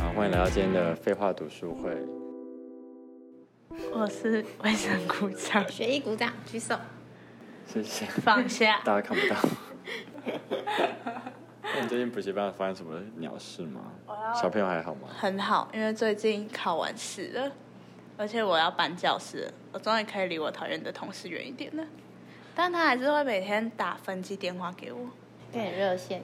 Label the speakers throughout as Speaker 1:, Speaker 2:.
Speaker 1: 啊欢迎来到今天的废话读书会。
Speaker 2: 我是卫生股长，
Speaker 3: 学艺鼓掌，举手。
Speaker 1: 谢谢，
Speaker 2: 放下
Speaker 1: 大家看不到。那你最近补习班发生什么鸟事吗？小朋友还好吗？
Speaker 2: 很好，因为最近考完试了，而且我要搬教室了，我终于可以离我讨厌的同事远一点了。但他还是会每天打分机电话给我，
Speaker 3: 跟你热线，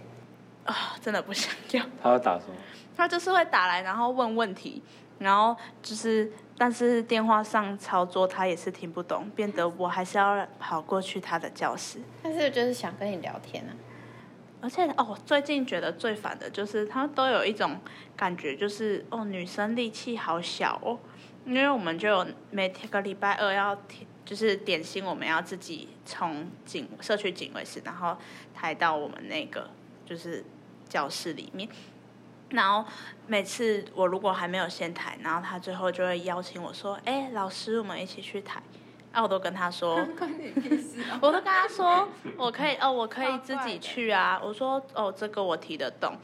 Speaker 2: 啊、真的不想要。
Speaker 1: 他要打什么？
Speaker 2: 他就是会打来，然后问问题，然后就是，但是电话上操作他也是听不懂，变得我还是要跑过去他的教室。
Speaker 3: 但是就是想跟你聊天 啊。
Speaker 2: 而且哦，我最近觉得最烦的就是他都有一种感觉，就是哦，女生力气好小哦，因为我们就有每天个礼拜二要提就是点心，我们要自己从警社区警卫室，然后抬到我们那个就是教室里面。然后每次我如果还没有先抬，然后他最后就会邀请我说：“哎，老师，我们一起去抬。”啊，我都跟他说，
Speaker 3: 啊
Speaker 2: 我都跟他说，我可以哦，我可以自己去啊。我说哦，这个我提得动。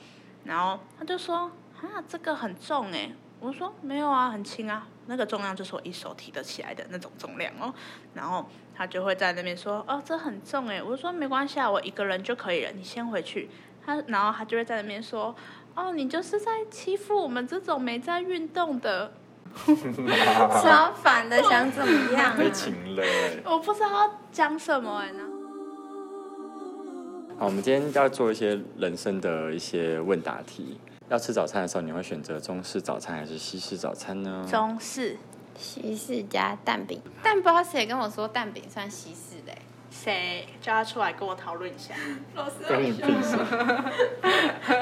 Speaker 2: 然后他就说啊，这个很重哎。我说没有啊，很轻啊，那个重量就是我一手提得起来的那种重量哦。然后他就会在那边说哦，这很重哎。我就说没关系啊，我一个人就可以了，你先回去。他然后他就会在那边说哦，你就是在欺负我们这种没在运动的。
Speaker 3: 超烦的，想怎么样、啊？
Speaker 1: 被请了欸。
Speaker 2: 我不知道讲什么哎、然后
Speaker 1: 好，我们今天要做一些人生的一些问答题。要吃早餐的时候，你会选择中式早餐还是西式早餐呢？
Speaker 2: 中式
Speaker 3: 西式加蛋饼，但不知道谁跟我说蛋饼算西式的欸、
Speaker 2: 谁叫他出来跟我讨论一下？
Speaker 1: 跟你屁事！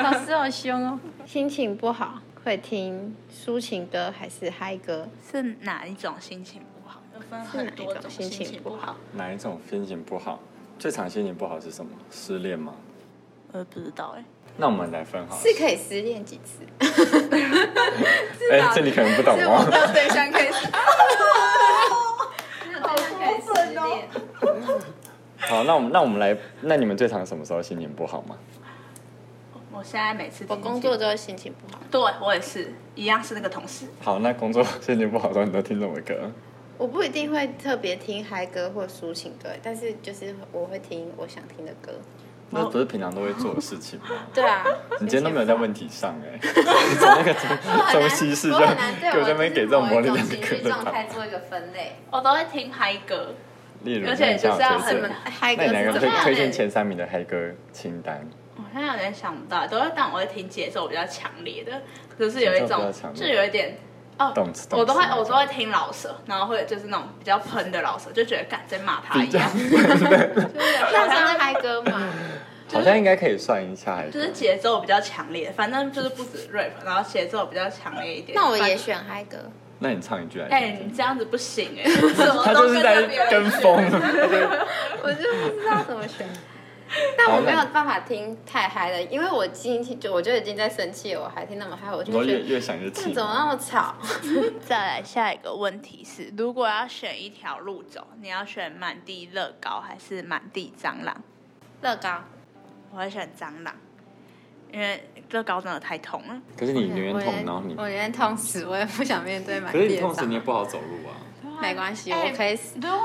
Speaker 3: 老师好凶哦。 心情不好会听抒情歌还是嗨歌？
Speaker 2: 是哪一种心情不好？有分
Speaker 3: 是哪一种心情不好？？
Speaker 1: 哪一种心情不好？最常心情不好是什么？失恋吗？
Speaker 2: 我也不知道哎、
Speaker 1: 那我们来分好了。
Speaker 3: 是可以失恋几次？
Speaker 1: 哎、这你可能不懂
Speaker 3: 是我
Speaker 1: 哦。
Speaker 3: 的对象可以失恋。好过分哦！
Speaker 1: 好，那我们那我们来，那你们最常什么时候心情不好吗？
Speaker 2: 我现在每次
Speaker 3: 我工作，之后心情不好，
Speaker 2: 对我也是一样是那个同事。
Speaker 1: 好，那工作心情不好的时候，你都听什么歌？
Speaker 3: 我不一定会特别听嗨歌或抒情歌，但是就是我会听我想听的歌。哦
Speaker 1: 那不是平常都会做的事情 吗？
Speaker 3: 对啊，
Speaker 1: 你今天都没有在问题上 哎、你从那个中中西式
Speaker 3: 我
Speaker 1: 这样
Speaker 3: 很难
Speaker 1: 给我这边给这种魔力两个
Speaker 3: 情绪
Speaker 1: 歌
Speaker 3: 状
Speaker 1: 的
Speaker 3: 态
Speaker 1: 吧。
Speaker 3: 做一个分类。
Speaker 2: 我都会听嗨歌，
Speaker 1: 例如，
Speaker 2: 而且就是要
Speaker 1: 那你想
Speaker 2: 很
Speaker 1: 推荐
Speaker 3: 嗨
Speaker 1: 那你来个
Speaker 3: 是怎
Speaker 1: 推
Speaker 3: 么样
Speaker 1: 推荐前三名的黑歌清单，
Speaker 2: 我现在有点想不到，都会但我会听节奏比较强烈的，就是有一
Speaker 1: 节奏比较
Speaker 2: 种
Speaker 1: 强
Speaker 2: 就
Speaker 1: 烈
Speaker 2: 有一点哦
Speaker 1: 动词，动词
Speaker 2: 我都会我都会听老舍，然后会就是那种比较喷的老舍，就觉得敢在骂
Speaker 3: 哎
Speaker 2: 他一样，
Speaker 3: 那算是嗨歌吗？
Speaker 1: 好像应该可以算一下黑歌
Speaker 2: 就是节奏比较强烈，反正就是不止 rap，然后节奏比较强烈一点。
Speaker 3: 那我
Speaker 2: 反
Speaker 3: 也选嗨歌。
Speaker 1: 那你唱一句来
Speaker 2: 哎、
Speaker 1: 听
Speaker 2: 你
Speaker 1: 听。
Speaker 2: 这样子不行哎、什么
Speaker 1: 他
Speaker 2: 都
Speaker 1: 就是
Speaker 2: 着
Speaker 1: 在
Speaker 2: 别人
Speaker 1: 跟风，
Speaker 3: 我就不知道怎么选。 但我没有办法听太嗨的，因为我今天就我就已经在生气了，我还听那么嗨，我就
Speaker 1: 我
Speaker 3: 觉
Speaker 1: 越
Speaker 3: 得
Speaker 1: 越想越气
Speaker 3: 这。怎么那么吵？
Speaker 2: 再来下一个问题是，如果要选一条路走，你要选满地乐高还是满地蟑螂？
Speaker 3: 乐高，
Speaker 2: 我会选蟑螂，因为乐高真的太痛了。
Speaker 1: 可是你宁愿
Speaker 3: 我
Speaker 1: 痛，然后你，
Speaker 3: 我宁愿痛死，我也不想面对满
Speaker 1: 可是你
Speaker 3: 地的
Speaker 1: 痛时
Speaker 3: 蟑
Speaker 1: 你也
Speaker 3: 螂。
Speaker 1: 不好走路啊。
Speaker 3: 没关系，
Speaker 2: 哎
Speaker 3: 我可以死。
Speaker 2: 如果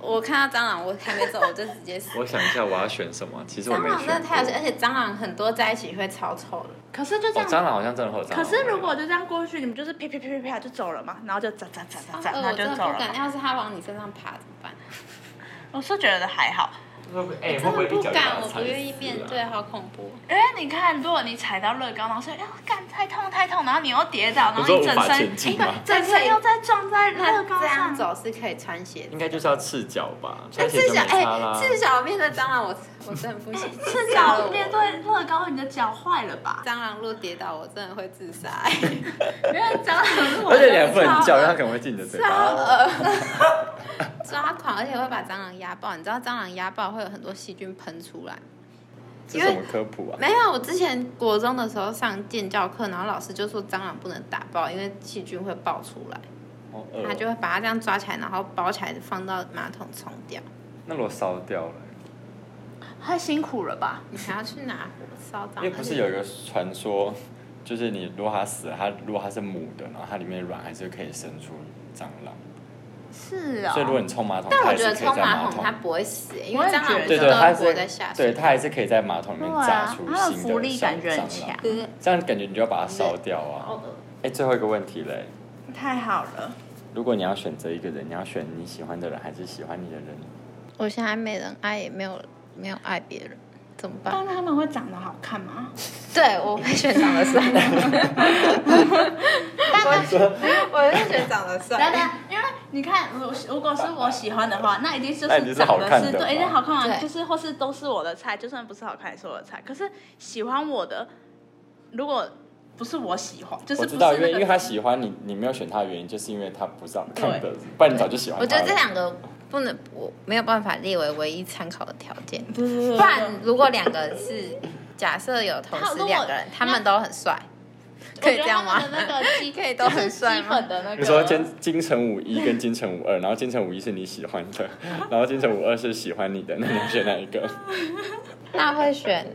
Speaker 3: 我我看到蟑螂，我还没走，我就直接死。
Speaker 1: 我想一下我要选什么，其实我
Speaker 3: 蟑
Speaker 1: 没
Speaker 3: 螂
Speaker 1: 选
Speaker 3: 真的太有趣，而
Speaker 1: 过。
Speaker 3: 且蟑螂很多在一起会超臭的。
Speaker 2: 可是就这
Speaker 1: 哦，蟑
Speaker 2: 样，
Speaker 1: 螂好像真的会有蟑螂
Speaker 2: 可
Speaker 1: 味。
Speaker 2: 是如果就这样过去，你们就是噼噼噼噼啪就走了嘛，然后就咋咋咋咋咋，
Speaker 3: 呃
Speaker 2: 那
Speaker 3: 我
Speaker 2: 就
Speaker 3: 真的
Speaker 2: 走
Speaker 3: 不
Speaker 2: 了嘛
Speaker 3: 敢，。要是它往你身上爬怎么办？
Speaker 2: 我是觉得还好，
Speaker 1: 哎，会
Speaker 3: 真
Speaker 1: 会
Speaker 3: 的
Speaker 1: 一
Speaker 3: 不
Speaker 1: 脚就把
Speaker 3: 敢，
Speaker 1: 它
Speaker 3: 我
Speaker 1: 踩
Speaker 3: 不愿意
Speaker 1: 死
Speaker 3: 面
Speaker 1: 啊
Speaker 3: 对，好恐怖。
Speaker 2: 因为你看，如果你踩到乐高，然后说哎呀干太痛太痛，然后你又跌倒，然后
Speaker 1: 你说
Speaker 2: 你整
Speaker 1: 无法前
Speaker 2: 身
Speaker 1: 进
Speaker 2: 哎
Speaker 1: 吗
Speaker 2: 对整身又再撞在乐
Speaker 3: 那
Speaker 2: 高
Speaker 3: 这样
Speaker 2: 上，
Speaker 3: 走是可以穿鞋子
Speaker 1: 应。该就是要赤脚吧？穿
Speaker 3: 但
Speaker 1: 鞋
Speaker 3: 赤
Speaker 1: 就
Speaker 3: 脚
Speaker 1: 没
Speaker 3: 哎
Speaker 1: 差啦，。
Speaker 3: 赤脚面对蟑螂，我我真的不行。
Speaker 2: 赤
Speaker 3: 赤
Speaker 2: 脚面对乐高，你的脚坏了吧？
Speaker 3: 蟑螂若跌倒，我真的会自杀、 欸。
Speaker 2: 因为蟑螂如果
Speaker 1: 而且你还不能叫，它可能会进你的嘴
Speaker 3: 超
Speaker 1: 巴。哦
Speaker 3: 恶，呃 抓狂，而且会把蟑螂压爆。你知道蟑螂压爆会有很多细菌喷出来。
Speaker 1: 这是什么科普啊？
Speaker 3: 没有，我之前国中的时候上建教课，然后老师就说蟑螂不能打爆，因为细菌会爆出来。
Speaker 1: 好饿
Speaker 3: 他
Speaker 1: 哦。
Speaker 3: 就会把它这样抓起来，然后包起来放到马桶冲掉。
Speaker 1: 那如果烧掉了，
Speaker 2: 太辛苦了吧？
Speaker 3: 你还要去拿火烧蟑
Speaker 1: 因
Speaker 3: 螂？
Speaker 1: 为不是有一个传说，就是你如果它死了，它如果它是母的，然后它里面的卵还是可以生出蟑螂，
Speaker 2: 是啊、
Speaker 1: 所以如果你冲马桶，
Speaker 3: 但
Speaker 1: 它
Speaker 3: 我
Speaker 1: 也
Speaker 3: 觉
Speaker 1: 是
Speaker 3: 得
Speaker 1: 可以
Speaker 3: 冲
Speaker 1: 在
Speaker 3: 马
Speaker 1: 马
Speaker 3: 桶
Speaker 1: 桶。
Speaker 3: 它不会死，欸因
Speaker 2: 我
Speaker 3: 为
Speaker 2: 也
Speaker 3: 蟑螂
Speaker 2: 觉
Speaker 3: 不
Speaker 1: 对
Speaker 3: 是
Speaker 1: 对，
Speaker 3: 都
Speaker 1: 它
Speaker 3: 会
Speaker 1: 是
Speaker 3: 活在下水
Speaker 1: 对，它还是可以在马桶里面
Speaker 2: 对
Speaker 1: 炸
Speaker 2: 啊
Speaker 1: 出
Speaker 2: 它的
Speaker 1: 新
Speaker 2: 浮
Speaker 1: 的
Speaker 2: 力
Speaker 1: 小
Speaker 2: 感觉很
Speaker 1: 蟑螂
Speaker 2: 强，
Speaker 3: 对
Speaker 1: 这样感觉你就要把它烧掉
Speaker 3: 好
Speaker 1: 啊。
Speaker 3: 恶
Speaker 1: 哎，最后一个问题嘞，
Speaker 2: 太好了，
Speaker 1: 如果你要选择一个人，你要选你喜欢的人还是喜欢你的人？
Speaker 3: 我现在没人爱，也没有没有爱别人，怎么办？
Speaker 2: 但他们会长得好看吗？
Speaker 3: 对，我会选长 得帅。我会选长得
Speaker 2: 等
Speaker 3: 帅。
Speaker 2: 等，因为你看，如如果是我喜欢的话，那一定就
Speaker 1: 那一定
Speaker 2: 是
Speaker 1: 是好
Speaker 2: 长
Speaker 1: 看的
Speaker 2: 得是
Speaker 1: 嘛
Speaker 2: 对，一定好看嘛，
Speaker 3: 对
Speaker 2: 就是或是都是我的菜，就算不是好看也是我的菜。可是喜欢我的，如果不是我喜欢，就是
Speaker 1: 我
Speaker 2: 不是
Speaker 1: 知
Speaker 2: 那
Speaker 1: 道，
Speaker 2: 个
Speaker 1: 因为因为他喜欢你，你没有选他的原因，就是因为他不是好看的
Speaker 2: 对，
Speaker 1: 不然你早就喜欢
Speaker 3: 我
Speaker 1: 他了。
Speaker 3: 觉得这两个不能，我没有办法列为唯一参考的条件。
Speaker 2: 对对对对
Speaker 3: 不然，如果两个是假设有同时两个人，他们都很帅，可以这样吗
Speaker 2: 我觉？得他们的那个基
Speaker 3: 可以都很帅
Speaker 2: 就是
Speaker 3: 吗
Speaker 2: 基本的那个，
Speaker 1: 你说金金城武一跟金城武二，然后金城武一是你喜欢 的，然后金城武二是喜欢你的，那你要选哪一个？
Speaker 3: 那会选。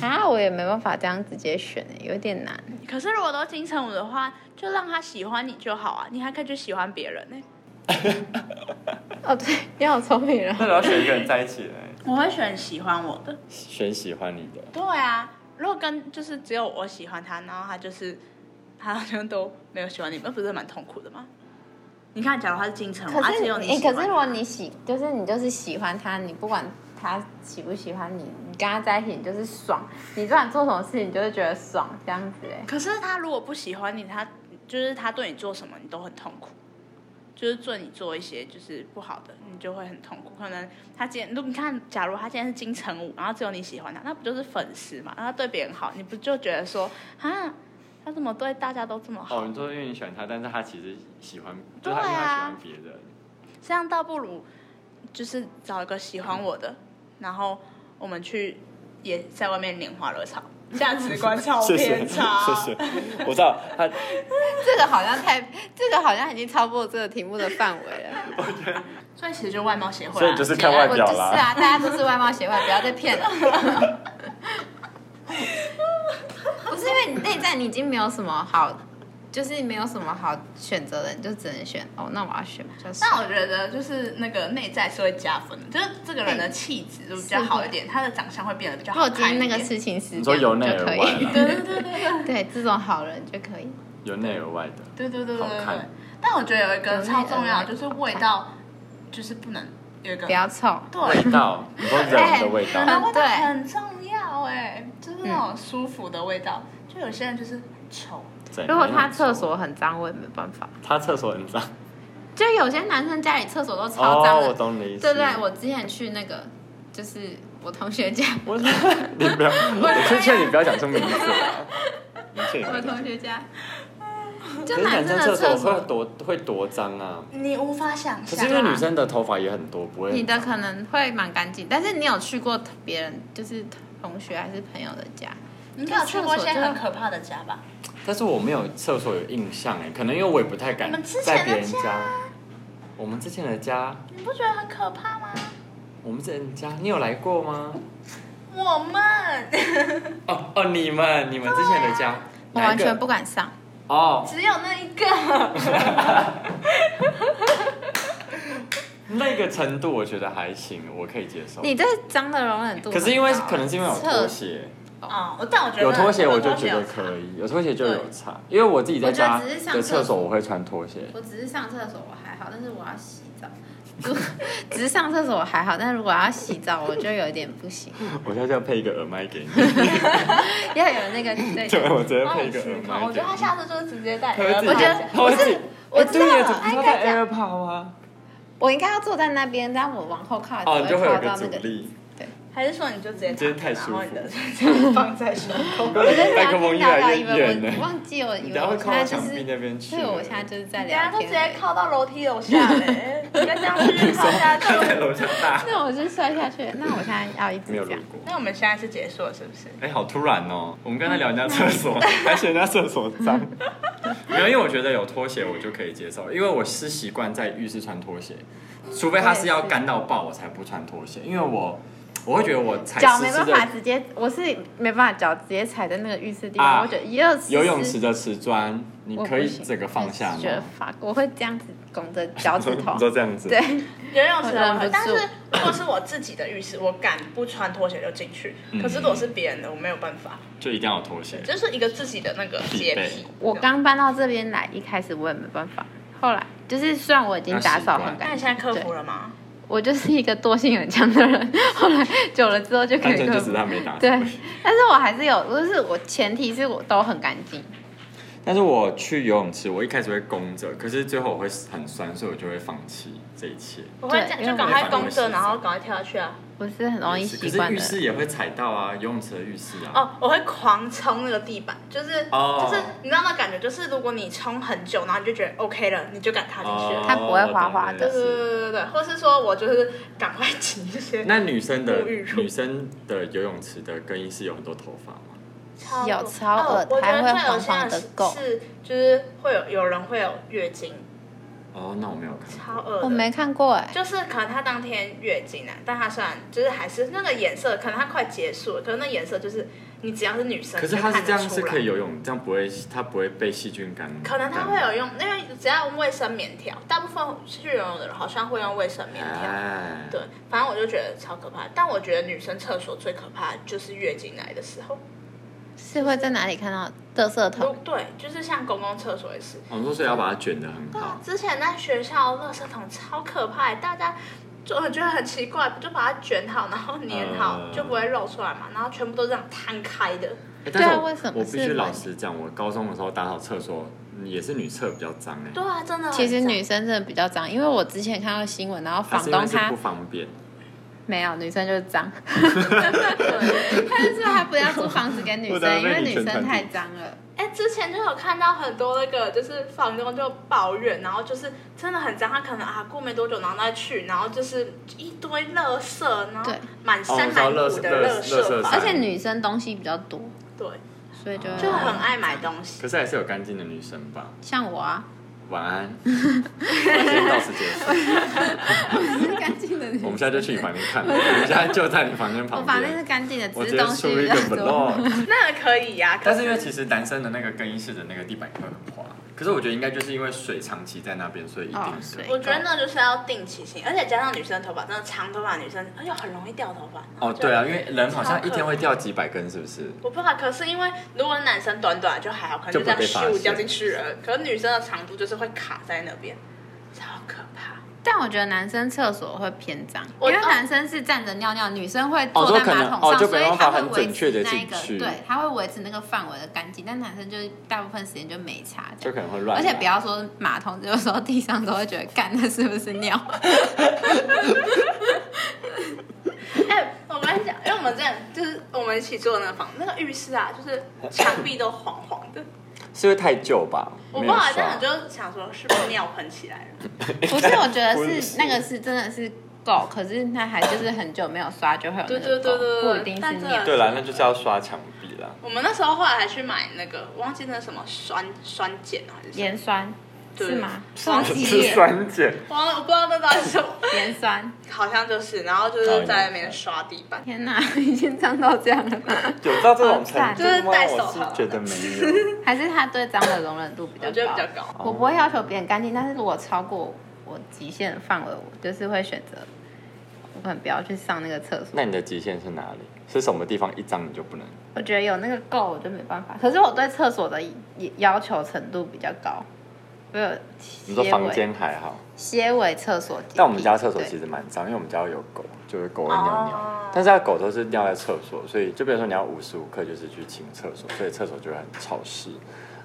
Speaker 3: 啊，我也没办法这样直接选，有点难。
Speaker 2: 可是如果都金城武的话，就让他喜欢你就好啊，你还可以去喜欢别人呢、
Speaker 3: 哦，对，你好聪明 啊！
Speaker 1: 那你要选一个人在一起呢？
Speaker 2: 我会选喜欢我的。
Speaker 1: 选喜欢你的，
Speaker 2: 对啊，如果跟就是只有我喜欢他，然后他就是他好像都没有喜欢你，那不是蛮痛苦的吗？你看，假如他是金城武，
Speaker 3: 可
Speaker 2: 啊，
Speaker 3: 是
Speaker 2: 只
Speaker 3: 你，
Speaker 2: 有你
Speaker 3: 哎
Speaker 2: 喜欢
Speaker 3: 可是如果你喜，就是你就是喜欢他，你不管他喜不喜欢你，你跟他在一起你就是爽，你不管做什么事情你就会觉得爽，这样子哎。
Speaker 2: 可是他如果不喜欢你，他就是他对你做什么你都很痛苦，就是对你做一些就是不好的，你就会很痛苦。可能他今天，如果你看，假如他今天是金城武，然后只有你喜欢他，那不就是粉丝嘛？然后他对别人好，你不就觉得说啊，他怎么对大家都这么好？
Speaker 1: 哦，你说因为你喜欢他，但是他其实喜欢，就
Speaker 2: 对
Speaker 1: 是
Speaker 2: 啊
Speaker 1: 他因为他喜欢别人，
Speaker 2: 这样倒不如就是找一个喜欢我的，然后我们去也在外面拈花惹草，价值观超
Speaker 1: 谢谢
Speaker 2: 偏差。
Speaker 1: 谢谢，我知道他，
Speaker 3: 这个好像太，这个好像已经超过这个题目的范围了。
Speaker 2: 所以其实就外貌协会、啊，
Speaker 1: 所以就是看外
Speaker 3: 我
Speaker 1: 表
Speaker 3: 就是
Speaker 1: 啦。
Speaker 3: 啊，大家都是外貌协会，不要再骗了。 不是因为你内在你已经没有什么好，就是没有什么好选择的，你就只能选哦，那我要选比较帅。
Speaker 2: 但我觉得就是那个内在是会加分的，就是这个人的气质就比较好一点，他的长相会变得比较
Speaker 3: 如果
Speaker 2: 好
Speaker 3: 今天
Speaker 2: 看一
Speaker 3: 那
Speaker 2: 点。
Speaker 3: 个事情是
Speaker 1: 你
Speaker 3: 这
Speaker 1: 说
Speaker 3: 样
Speaker 1: 由内
Speaker 3: 就
Speaker 1: 而
Speaker 3: 可
Speaker 1: 外
Speaker 3: 以，
Speaker 1: 啦，
Speaker 2: 对对对对
Speaker 3: 对，这种好人就可以。
Speaker 1: 由内而外的，
Speaker 2: 对对对对
Speaker 1: 好
Speaker 2: 对对
Speaker 1: 看。
Speaker 2: 但我觉得有一个超重要，
Speaker 3: 有那个
Speaker 2: 就是味道，就是不能有一个
Speaker 3: 不要臭。
Speaker 2: 对
Speaker 1: 味道，你说人的味道，
Speaker 2: 人的味道
Speaker 3: 对
Speaker 2: 很重要哎，就是那种舒服的味道。就有些人就是臭，
Speaker 1: 怎
Speaker 3: 如果他
Speaker 1: 样
Speaker 3: 厕所很脏，我也没办法。
Speaker 1: 他厕所很脏，
Speaker 3: 就有些男生家里厕所都超脏
Speaker 1: 哦，我
Speaker 3: 的，
Speaker 1: 懂你的意思，
Speaker 3: 对对，我之前去那个就是我同学家，
Speaker 1: 我 你不要，我是劝你不要讲出名字啊。我劝你不
Speaker 3: 我
Speaker 1: 要讲
Speaker 3: 同学家，
Speaker 1: 可
Speaker 3: 就是男
Speaker 1: 男
Speaker 3: 生
Speaker 1: 生厕
Speaker 3: 的厕
Speaker 1: 所会
Speaker 3: 所，
Speaker 1: 多会多脏啊！
Speaker 2: 你无法想
Speaker 1: 可
Speaker 2: 象。
Speaker 1: 是因为女生的头发也很多，不会很
Speaker 3: 你的可能会蛮干净，但是你有去过别人就是同学还是朋友的家？
Speaker 2: 你有去过一些很可怕的家吧？
Speaker 1: 但是我没有厕所有印象哎，可能因为我也不太敢
Speaker 2: 你们之前的
Speaker 1: 在别人
Speaker 2: 家
Speaker 1: 我们之前的家，
Speaker 2: 你不觉得很可怕吗？
Speaker 1: 我们之前的家，你有来过吗？
Speaker 2: 我们
Speaker 1: 哦哦，你们你们之前的家，
Speaker 3: 啊我
Speaker 1: 哪
Speaker 3: 完
Speaker 1: 一个
Speaker 3: 全不敢上，
Speaker 1: 哦，
Speaker 2: 只有那一 个。
Speaker 1: 那个程度我觉得还行，我可以接受。
Speaker 3: 你这脏的容忍度很高。
Speaker 1: 可是因为可能是因为有拖
Speaker 3: 厕
Speaker 1: 鞋，
Speaker 2: 哦，我但我觉得
Speaker 1: 有拖鞋我就
Speaker 2: 有
Speaker 1: 觉得
Speaker 2: 差
Speaker 1: 可以，有拖鞋就有差，因为我自己在家
Speaker 3: 我觉得只是上
Speaker 1: 的
Speaker 3: 厕所
Speaker 1: 厕所我会穿拖鞋。
Speaker 3: 我只是上厕所我还好，但是我要洗澡。 只是上厕所我还好，但如果要洗澡，我就有点不行，
Speaker 1: 我下次要配一个耳麦给你，
Speaker 3: 要有那个 对。
Speaker 1: 对，我直接
Speaker 2: 那
Speaker 1: 配
Speaker 2: 你
Speaker 1: 一个
Speaker 2: 试
Speaker 1: 耳
Speaker 2: 试看，
Speaker 1: 麦
Speaker 2: 我
Speaker 1: 给
Speaker 2: 觉得他
Speaker 1: 你。
Speaker 2: 下次就是直接带。
Speaker 1: 他会自己
Speaker 3: 我觉得
Speaker 1: 他会自己，
Speaker 3: 我
Speaker 1: 哎
Speaker 3: 知
Speaker 1: 对
Speaker 3: 道
Speaker 1: 耶，
Speaker 3: 了
Speaker 1: 怎么
Speaker 3: 哎
Speaker 1: 知道
Speaker 3: 该
Speaker 1: 带 AirPod 啊？
Speaker 3: 我应该要坐在那边，但我往后靠，
Speaker 1: 哦，你就
Speaker 3: 只
Speaker 1: 会
Speaker 3: 会
Speaker 1: 有一
Speaker 3: 靠
Speaker 1: 个
Speaker 3: 到
Speaker 1: 阻
Speaker 3: 那个。
Speaker 1: 力。
Speaker 2: 还是说你就直接
Speaker 1: 你真的太
Speaker 2: 躺着
Speaker 1: 舒服
Speaker 2: 然后你的这样放在胸 口。
Speaker 1: 我
Speaker 3: 我真的
Speaker 1: 麦克
Speaker 3: 要
Speaker 1: 风
Speaker 3: 听
Speaker 1: 越
Speaker 3: 到到
Speaker 1: 来
Speaker 3: 一
Speaker 1: 越
Speaker 3: 半
Speaker 1: 远
Speaker 3: 我
Speaker 1: 呢，
Speaker 3: 忘记我以
Speaker 1: 你
Speaker 3: 为
Speaker 1: 等下
Speaker 3: 我
Speaker 1: 会
Speaker 3: 现
Speaker 1: 靠到
Speaker 3: 在就
Speaker 1: 墙
Speaker 3: 是
Speaker 1: 壁，那边去。
Speaker 3: 对，我现在就是在
Speaker 2: 等下
Speaker 3: 聊
Speaker 2: 就直接
Speaker 3: 天。
Speaker 2: 靠到楼梯楼下嘞，你再这样去靠 下去。
Speaker 1: 在楼下大，
Speaker 3: 那我是摔下去，那我现在要一直
Speaker 1: 没有
Speaker 3: 这
Speaker 1: 路
Speaker 3: 样。
Speaker 1: 过。
Speaker 2: 那我们现在是结束了，是不是？
Speaker 1: 哎、好突然哦！我们刚才聊人家厕
Speaker 3: 嗯
Speaker 1: 所， 还嫌人家厕所脏。没有，因为我觉得有拖鞋我就可以接受，因为我是习惯在浴室穿拖鞋，除非他是要干到爆我才不穿拖鞋，因为我我会觉得我踩
Speaker 3: 脚
Speaker 1: 湿
Speaker 3: 没
Speaker 1: 湿
Speaker 3: 办法
Speaker 1: 的
Speaker 3: 直接，我是没办法脚直接踩在那个浴室地
Speaker 1: 啊
Speaker 3: 方，我觉得一二
Speaker 1: 游泳池的瓷砖，你
Speaker 3: 我
Speaker 1: 可以
Speaker 3: 不行
Speaker 1: 整个放下
Speaker 3: 我觉得
Speaker 1: 吗？
Speaker 3: fuck，我会这样子拱着 脚趾头
Speaker 1: 你，都这样子，
Speaker 3: 对，
Speaker 2: 游泳池
Speaker 3: 我
Speaker 2: 的
Speaker 3: 忍不住
Speaker 2: 但是如果是我自己的浴室，我敢不穿拖鞋就进去。
Speaker 1: 嗯
Speaker 2: 可是如果是别人的，我没有办法，
Speaker 1: 就一定要有拖鞋。
Speaker 2: 就是一个自己的那个洁
Speaker 1: 疲
Speaker 2: 癖
Speaker 1: 惫。
Speaker 3: 我刚搬到这边来，一开始我也没办法，后来就是虽然我已经打扫很
Speaker 2: 那
Speaker 3: 干
Speaker 2: 你
Speaker 3: 净，
Speaker 2: 现在克服
Speaker 3: 对
Speaker 2: 了吗？
Speaker 3: 我就是一个惰性很强的人， 后来久了之后就可
Speaker 1: 单
Speaker 3: 以
Speaker 1: 纯就
Speaker 3: 克
Speaker 1: 只是
Speaker 3: 服。
Speaker 1: 他没打扫
Speaker 3: 对。，但是我还是有，就是我前提是我都很干净，
Speaker 1: 但是我去游泳池，我一开始会弓着，可是最后我会很酸，所以我就会放弃这一切。
Speaker 2: 我会这样，
Speaker 3: 因为
Speaker 2: 就
Speaker 3: 我
Speaker 2: 赶快弓
Speaker 1: 反而
Speaker 2: 着，
Speaker 1: 会
Speaker 2: 然后赶快跳下去啊！
Speaker 3: 我是很容易
Speaker 1: 可
Speaker 3: 习
Speaker 1: 是
Speaker 3: 惯
Speaker 1: 浴
Speaker 3: 的。
Speaker 1: 室也会踩到啊，游泳池的浴室啊。
Speaker 2: 哦，我会狂冲那个地板，就是、
Speaker 1: 哦
Speaker 2: 就是你知道那感觉，就是如果你冲很久，然后你就觉得 OK 了，你就敢踏进去了。
Speaker 1: 哦
Speaker 3: 它不会滑滑的
Speaker 2: 对
Speaker 1: 懂
Speaker 2: 对
Speaker 1: 了
Speaker 2: 对对对，或是说我就是赶快 挤一些，
Speaker 1: 那女生的
Speaker 2: 沐浴乳
Speaker 1: 女生的游泳池的更衣室有很多头发吗？
Speaker 2: 超
Speaker 3: 有超恶
Speaker 2: 哦我觉
Speaker 3: 还
Speaker 2: 得
Speaker 3: 会
Speaker 2: 最
Speaker 3: 黄
Speaker 2: 恶心
Speaker 3: 黄
Speaker 2: 的
Speaker 3: 的
Speaker 2: 是
Speaker 3: 垢
Speaker 2: 是就是会有有人会有月经，
Speaker 1: 哦，那我没有看。
Speaker 2: 超恶的。
Speaker 3: 我没看过哎、
Speaker 2: 就是可能她当天月经啊，但她虽然就是还是那个颜色，可能她快结束了，可是那颜色就是你只要是女生，
Speaker 1: 可是它是这样是可以
Speaker 2: 有，
Speaker 1: 游泳，这样不会它不会被细菌感染。
Speaker 2: 可能她会有用，因为只要用卫生棉条，大部分去游泳的人好像会用卫生棉条。
Speaker 1: 哎，
Speaker 2: 对，反正我就觉得超可怕，但我觉得女生厕所最可怕的就是月经来的时候。
Speaker 3: 是会在哪里看到垃圾
Speaker 2: 如
Speaker 3: 桶？
Speaker 2: 对，就是像公共厕所也是。
Speaker 1: 哦我说所以要把它卷得很
Speaker 3: 啊
Speaker 1: 好。
Speaker 2: 哦之前在学校垃圾桶超可怕，大家就我觉得很奇怪，就把它卷好，然后粘好，
Speaker 1: 嗯
Speaker 2: 就不会露出来嘛，然后全部都这样摊开的。
Speaker 1: 哎但是
Speaker 3: 对啊
Speaker 1: 我
Speaker 3: 为什么
Speaker 1: 我必须
Speaker 3: 是
Speaker 1: 老实讲，我高中的时候打扫厕所也是女厕比较脏哎、
Speaker 2: 对啊，真的很
Speaker 3: 其实
Speaker 2: 脏
Speaker 3: 女生真的比较脏，因为我之前看到新闻，然后
Speaker 1: 还
Speaker 3: 房
Speaker 1: 是因为
Speaker 3: 东
Speaker 1: 啊是
Speaker 3: 他
Speaker 1: 不方便。
Speaker 3: 没有女生就 是脏，
Speaker 2: 对
Speaker 3: 他就说他不要租房子给女
Speaker 1: 不然
Speaker 3: 生，
Speaker 1: 被
Speaker 3: 因为
Speaker 1: 你
Speaker 3: 女
Speaker 1: 全
Speaker 3: 生
Speaker 1: 团
Speaker 3: 太
Speaker 1: 体
Speaker 3: 脏了。
Speaker 2: 哎、之前就有看到很多那个，就是房东就抱怨，然后就是真的很脏，他可能啊过没多久，然后再去，然后就是一堆垃圾，然后
Speaker 3: 对
Speaker 2: 满
Speaker 1: 哦我
Speaker 2: 山
Speaker 1: 知道
Speaker 2: 满谷
Speaker 1: 垃
Speaker 2: 的
Speaker 1: 圾垃
Speaker 2: 垃
Speaker 1: 圾垃圾
Speaker 2: 吧
Speaker 1: 山
Speaker 3: 而且女生东西比较多，
Speaker 2: 对，
Speaker 3: 所以就
Speaker 1: 哦
Speaker 2: 就很爱买东西
Speaker 1: 可。是还是有干净的女生吧。
Speaker 3: 像 我啊，
Speaker 1: 晚安，我先到此结束。
Speaker 3: 是干净的女
Speaker 1: 我们现在就去你房间看，我们现在就在你房间
Speaker 3: 我
Speaker 1: 旁
Speaker 3: 反正是
Speaker 1: 边。
Speaker 3: 干净的，
Speaker 1: 我
Speaker 3: 只
Speaker 1: 直
Speaker 3: 是
Speaker 1: 接
Speaker 3: 东
Speaker 1: 出
Speaker 3: 西
Speaker 1: 一
Speaker 3: 比
Speaker 1: 个
Speaker 3: 较多。
Speaker 1: vlog，
Speaker 2: 那可以呀、可
Speaker 1: 但是因为其实男生的那个更衣室的那个地板会很滑，可是我觉得应该就是因为水长期在那边，所以一定
Speaker 3: 哦
Speaker 1: 是
Speaker 3: 水
Speaker 2: 我觉得那就是要定期性，而且加上女生头发，真的长头发的女生，而且很容易掉头发。
Speaker 1: 哦，对啊，因为人好像一天会掉几百根，是不是？
Speaker 2: 我不知道，可是因为如果男生短短就还好，可能
Speaker 1: 就
Speaker 2: 就
Speaker 1: 不
Speaker 2: 这样
Speaker 1: 被发
Speaker 2: 咻
Speaker 1: 现
Speaker 2: 掉进去了。可是女生的长度就是会卡在那边，超可怕。
Speaker 3: 但我觉得男生厕所会偏脏，因
Speaker 2: 我哦
Speaker 3: 为男生是站着尿尿，女生会
Speaker 1: 哦
Speaker 3: 坐在
Speaker 1: 就可
Speaker 3: 马
Speaker 1: 能
Speaker 3: 桶上，
Speaker 1: 哦就
Speaker 3: 所以
Speaker 1: 没办法
Speaker 3: 他会
Speaker 1: 很
Speaker 3: 维
Speaker 1: 准确
Speaker 3: 持
Speaker 1: 地
Speaker 3: 那一
Speaker 1: 进
Speaker 3: 个，
Speaker 1: 去
Speaker 3: 对，他会维持那个范围的干净。但男生就是大部分时间就没擦这
Speaker 1: 就
Speaker 3: 样。
Speaker 1: 可能会乱。
Speaker 3: 而且不，要说马桶，有时候地上都会觉得，干那是不是尿？
Speaker 2: 哎、我们讲，因为我们这样就是我们一起住的那个房，那个浴室啊，就是墙壁都黄黄 的。
Speaker 1: 是因为太旧吧？
Speaker 2: 我
Speaker 1: 没
Speaker 2: 不
Speaker 1: 有
Speaker 2: 好这
Speaker 1: 刷
Speaker 2: 样，就想说是不是尿喷起来了？
Speaker 3: 不是，我觉得
Speaker 1: 不
Speaker 3: 是
Speaker 1: 是
Speaker 3: 那个是真的是够，可是那还就是很久没有刷就会有那
Speaker 2: 对
Speaker 3: 个
Speaker 2: 对对
Speaker 3: 垢
Speaker 2: 对对
Speaker 3: 不一定
Speaker 2: 但
Speaker 3: 是
Speaker 2: 这
Speaker 3: 尿。
Speaker 1: 对啦，那就是要刷墙壁啦。
Speaker 2: 我们那时候后来还去买那个，我忘记那什么酸酸碱啊还是什么，
Speaker 3: 盐酸
Speaker 2: 对
Speaker 3: 是吗？
Speaker 2: 是
Speaker 3: 双极
Speaker 1: 是
Speaker 3: 盐，
Speaker 1: 酸碱，
Speaker 2: 我忘了我不知道那到底是什么，
Speaker 3: 盐酸。
Speaker 2: 好像就是，然后就是在那边刷地板。
Speaker 3: 天哪， 已经脏到这样 了，
Speaker 1: 有到这种
Speaker 3: 好
Speaker 1: 程
Speaker 3: 赞
Speaker 1: 度
Speaker 2: 就是
Speaker 1: 吗？
Speaker 2: 戴手
Speaker 1: 我
Speaker 2: 套
Speaker 1: 是觉得没 有。
Speaker 3: 还是他对脏的容忍度比较
Speaker 2: 我觉得
Speaker 3: 高？
Speaker 2: 比较高，
Speaker 3: 我不会要求别人干净，但是如果超过我极限的范围，我就是会选择我可能不要去上那个厕所。
Speaker 1: 那你的极限是哪里？是什么地方一脏你就不能？
Speaker 3: 我觉得有那个够，我就没办法。可是我对厕所的要求程度比较高，我有
Speaker 1: 你说
Speaker 3: 些
Speaker 1: 房
Speaker 3: 尾
Speaker 1: 间还好，
Speaker 3: 些尾厕所洁癖。
Speaker 1: 但我们家厕所
Speaker 3: 对
Speaker 1: 其实蛮脏，因为我们家有狗，就是狗会尿尿，
Speaker 2: 哦
Speaker 1: 但是它狗都是尿在厕所，所以就比如说你要无时无刻就是去清厕所，所以厕所就会很潮湿，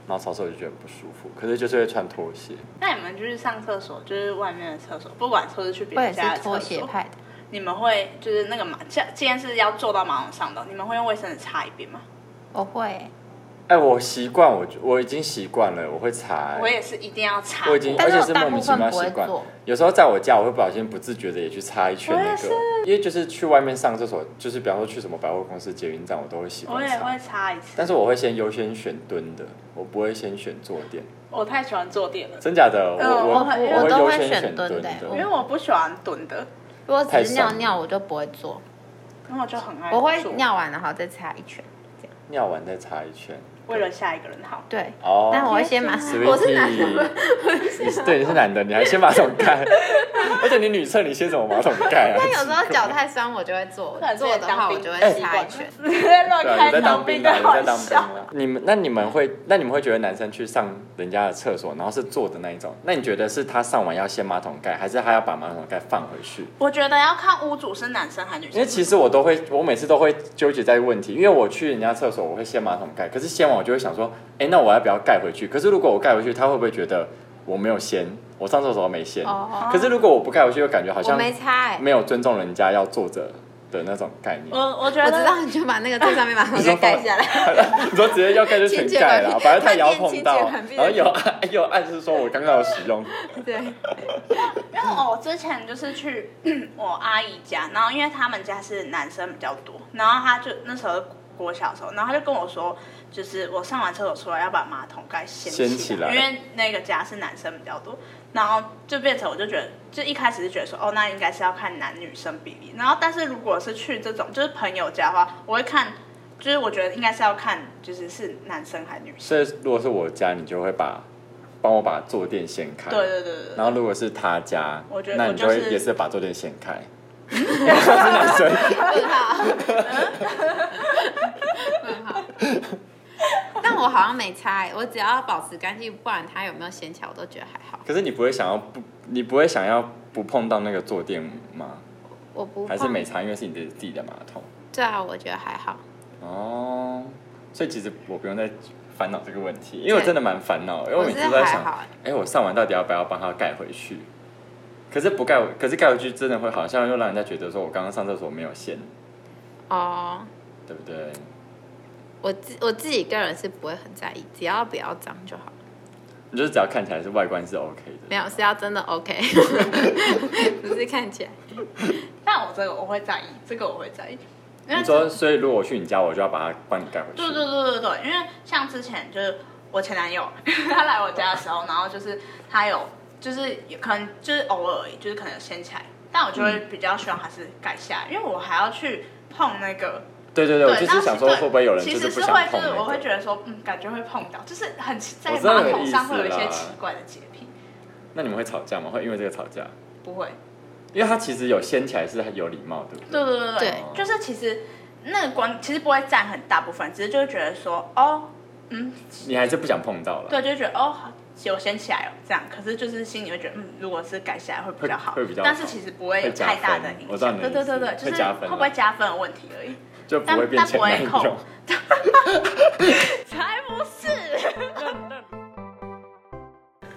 Speaker 1: 然后潮湿我就觉得很不舒服，可是就是会穿拖鞋，
Speaker 2: 那你们就是上厕所，就是外面的厕所，不管说是去别
Speaker 3: 我也
Speaker 2: 人
Speaker 3: 是
Speaker 2: 家的
Speaker 3: 拖
Speaker 2: 厕
Speaker 3: 鞋
Speaker 2: 所，
Speaker 3: 派的，
Speaker 2: 你们会就是那个马，这今天是要坐到马桶上的，你们会用卫生纸擦一遍吗？
Speaker 3: 我会。
Speaker 1: 哎、我习惯我我已经习惯了，我会擦、
Speaker 2: 我也是一定要擦过，
Speaker 1: 哎我已经，嗯而
Speaker 3: 但是
Speaker 1: 且
Speaker 3: 我
Speaker 1: 是
Speaker 3: 大
Speaker 1: 莫
Speaker 3: 部
Speaker 1: 名其妙
Speaker 3: 分不会
Speaker 1: 习惯
Speaker 3: 做。
Speaker 1: 有时候在我家，我会不小心不自觉的也去擦一圈
Speaker 2: 我
Speaker 1: 那
Speaker 2: 也
Speaker 1: 个，因为就是去外面上厕所，就是比方说去什么百货公司、捷运站，我都会习
Speaker 2: 我
Speaker 1: 惯
Speaker 2: 也
Speaker 1: 擦
Speaker 2: 会。擦一次。
Speaker 1: 但是我会先优先选蹲的，我不会先选坐垫。
Speaker 2: 我太喜欢坐垫了，
Speaker 1: 真假的，我
Speaker 2: 嗯
Speaker 1: 我
Speaker 2: 我很
Speaker 1: 我
Speaker 3: 呃我都
Speaker 1: 优
Speaker 3: 会
Speaker 1: 先
Speaker 3: 选
Speaker 1: 选
Speaker 3: 蹲
Speaker 1: 蹲
Speaker 3: 的
Speaker 1: 的。
Speaker 2: 因为我不喜欢蹲的。
Speaker 3: 如果只是尿尿，我就不会做。
Speaker 2: 然后我就很爱
Speaker 3: 我会
Speaker 2: 做
Speaker 3: 尿完然后再擦一圈，
Speaker 1: 尿完再擦一圈。
Speaker 2: 为了下一个人好。
Speaker 3: 对。
Speaker 1: 哦，
Speaker 3: 但我会先把，
Speaker 1: Sweetie，
Speaker 3: 我是男的，
Speaker 1: 你是对你是男的，你还掀马桶 盖，而且你女厕你掀什么马桶盖啊？
Speaker 3: 但有时候脚太酸，我就会坐
Speaker 2: 不然，自己
Speaker 3: 坐的话
Speaker 2: 当
Speaker 3: 我
Speaker 2: 兵
Speaker 3: 就会
Speaker 1: 哎
Speaker 3: 擦一圈。
Speaker 2: 乱
Speaker 1: 对啊，
Speaker 2: 开
Speaker 1: 你在当
Speaker 2: 当
Speaker 1: 兵
Speaker 2: 的
Speaker 1: 啊，你
Speaker 2: 好
Speaker 1: 在当兵
Speaker 2: 笑。
Speaker 1: 啊。你们那你们会那你们会觉得男生去上人家的厕所，然后是坐的那一种，那你觉得是他上完要掀马桶盖，还是他要把马桶盖放回去？
Speaker 2: 我觉得要看屋主是男生还是女
Speaker 1: 因为
Speaker 2: 生。
Speaker 1: 其实我都会，我每次都会纠结在问题，因为我去人家厕所，我会掀马桶盖，可是掀完我就会想说，哎、那我要不要盖回去？可是如果我盖回去，他会不会觉得我没有掀？我上厕所没掀。
Speaker 3: 哦，
Speaker 1: 可是如果我不盖回去，又感觉哎好
Speaker 3: 我
Speaker 1: 像
Speaker 3: 没擦哎，
Speaker 1: 没有尊重人家要坐着的那种概
Speaker 3: 哦
Speaker 1: 念。
Speaker 2: 我我觉
Speaker 3: 我知
Speaker 2: 得
Speaker 3: 道你就把那个最上面把 那
Speaker 1: 你说
Speaker 3: 个
Speaker 1: 放
Speaker 3: 盖下来。
Speaker 1: 你说直接要盖就全盖了，反正他也要碰到，然后有按 有按是说我刚刚有使用，
Speaker 3: 对，
Speaker 1: 嗯
Speaker 2: 因为我哦之前就是去 我阿姨家，然后因为他们家是男生比较多，然后他就那时候国小的时候，然后他就跟我说，就是我上完厕所出来要把马桶盖掀
Speaker 1: 掀起来
Speaker 2: 因为那个家是男生比较多，然后就变成我就觉得，就一开始是觉得说，哦，那应该是要看男女生比例，然后但是如果是去这种就是朋友家的话，我会看，就是我觉得应该是要看就是是男生还是女生，
Speaker 1: 所以如果是我家，你就会把帮我把坐垫掀开，
Speaker 2: 对对对对对
Speaker 1: 然后如果是他家
Speaker 2: 我觉，得
Speaker 1: 那你就
Speaker 2: 我
Speaker 1: 会
Speaker 2: 就是
Speaker 1: 也是把坐垫掀开，
Speaker 3: 问号，问号。但我好像没擦哎，我只要保持干净，不管它有没有掀起来，我都觉得还好。
Speaker 1: 可是你不会想要不，你不会想要不碰到那个坐垫吗？
Speaker 3: 我不
Speaker 1: 还是
Speaker 3: 碰
Speaker 1: 没擦，因为是你的自己的马桶
Speaker 3: 对啊，我觉得还好。
Speaker 1: 哦，所以其实我不用再烦恼这个问题，因为我真的蛮烦恼，因为我每次
Speaker 3: 是
Speaker 1: 都在
Speaker 3: 还
Speaker 1: 想，
Speaker 3: 好哎，
Speaker 1: 哎、我上完到底要不要帮他盖回去？可是不盖，可是盖回去真的会好像又让人家觉得说我刚刚上厕所没有掀，
Speaker 3: 哦，
Speaker 1: 对不对？
Speaker 3: 我自我自己个人是不会很在意，只要不要脏就好。
Speaker 1: 你就是只要看起来是外观是 OK 的。
Speaker 3: 没有是要真的 OK，不是看起来。
Speaker 2: 但我这个我会在意，这个我会在意，因为
Speaker 1: 你说，所以如果我去你家，我就要把它帮你盖回去。
Speaker 2: 对对对对对，因为像之前就是我前男友， 他来我家的时候，然后就是他有就是有可能就是偶尔而已就是可能掀起来，但我就会
Speaker 1: 嗯
Speaker 2: 比较希望还是改下来，因为我还要去碰那个。
Speaker 1: 对对对我就
Speaker 2: 然后
Speaker 1: 是想说
Speaker 2: 对
Speaker 1: 会不会有人
Speaker 2: 其
Speaker 1: 就
Speaker 2: 实
Speaker 1: 不
Speaker 2: 是
Speaker 1: 想
Speaker 2: 会就
Speaker 1: 碰、
Speaker 2: 是
Speaker 1: 那
Speaker 2: 我会
Speaker 1: 个？
Speaker 2: 觉得说嗯，感觉会碰到，就是很奇在
Speaker 1: 我知道
Speaker 2: 马
Speaker 1: 你的
Speaker 2: 桶上
Speaker 1: 意
Speaker 2: 会有一
Speaker 1: 思
Speaker 2: 些
Speaker 1: 啦
Speaker 2: 奇怪的洁癖，
Speaker 1: 那你们会吵架吗？会因为这个吵架？
Speaker 2: 不会。
Speaker 1: 因为它其实有掀起来是很有礼貌的。
Speaker 2: 对对对
Speaker 3: 对
Speaker 2: 就是其实那个光其实不会占很大部分，只是就会觉得说哦，嗯，
Speaker 1: 你还是不想碰到了，
Speaker 2: 对，就觉得哦，好有掀起来哦，这样。可是就是心里会觉得，嗯，如果是改起来会比较好，
Speaker 1: 会会比较好
Speaker 2: 但是其实不会有
Speaker 1: 会加
Speaker 2: 太大的
Speaker 1: 分
Speaker 2: 影
Speaker 1: 我知道
Speaker 2: 响。
Speaker 1: 你
Speaker 2: 对
Speaker 1: 的
Speaker 2: 对对
Speaker 1: 意思
Speaker 2: 对，就是
Speaker 1: 会加分啊
Speaker 2: 会不会加分的问题而已，
Speaker 1: 就不
Speaker 2: 但
Speaker 1: 会变
Speaker 2: 但
Speaker 1: 前
Speaker 2: 不会
Speaker 1: 男
Speaker 2: 扣
Speaker 1: 友。。
Speaker 2: 才不是！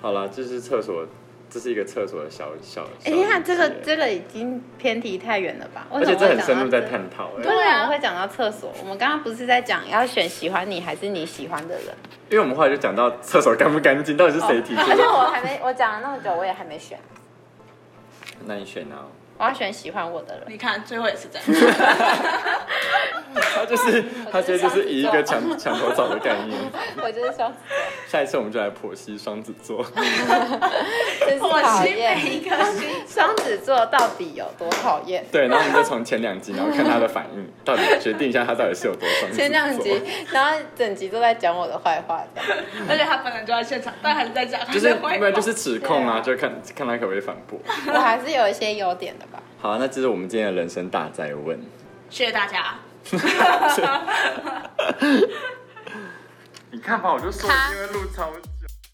Speaker 1: 好了，这是厕所，这是一个厕所的小小。
Speaker 3: 哎，
Speaker 1: 小
Speaker 3: 你看
Speaker 1: 细
Speaker 3: 这个
Speaker 1: 节
Speaker 3: 这个已经偏题太远了吧？为
Speaker 1: 而且
Speaker 3: 什么会
Speaker 1: 这很
Speaker 3: 讲
Speaker 1: 深
Speaker 3: 到
Speaker 1: 入在
Speaker 3: 这
Speaker 1: 探讨、欸。
Speaker 3: 为
Speaker 2: 对
Speaker 3: 什
Speaker 2: 啊
Speaker 3: 么会讲到厕所？我们刚刚不是在讲要选喜欢你还是你喜欢的人？
Speaker 1: 因为我们后来就讲到厕所干不干净，到底是谁提出
Speaker 3: 而且
Speaker 1: 的？
Speaker 3: 我还没，我讲了那么久，我也还没选。
Speaker 1: 那你选啊？
Speaker 3: 我要选喜欢我的人。
Speaker 2: 你看，最后也是这样。
Speaker 1: 他 就是他
Speaker 3: 我觉得
Speaker 1: 现在就是以一
Speaker 3: 双
Speaker 1: 个
Speaker 3: 子座
Speaker 1: 墙墙头草的概念。
Speaker 3: 我就是双子
Speaker 1: 下一次我们就来剖析双子座。
Speaker 3: 座，真是
Speaker 2: 我
Speaker 3: 讨
Speaker 2: 心每
Speaker 3: 厌。
Speaker 2: 一颗心。
Speaker 3: 双子座到底有多讨厌？
Speaker 1: 对，然后我们就从前两集，然后看他的反 应，到底决定一下他到底是有多双子座。
Speaker 3: 前两 集，然后整集都在讲我的坏话，这样
Speaker 2: 而且他本来就在现场，但还是在讲，
Speaker 1: 就是
Speaker 2: 会
Speaker 1: 没有就是指控啊，
Speaker 3: 对
Speaker 1: 就看看他可不可以反驳。
Speaker 3: 我还是有一些优点的吧。
Speaker 1: 好，啊那这是我们今天的人生大灾 问。
Speaker 2: 谢谢大家。
Speaker 1: 你看吧，我就说
Speaker 3: 他
Speaker 1: 为录超久。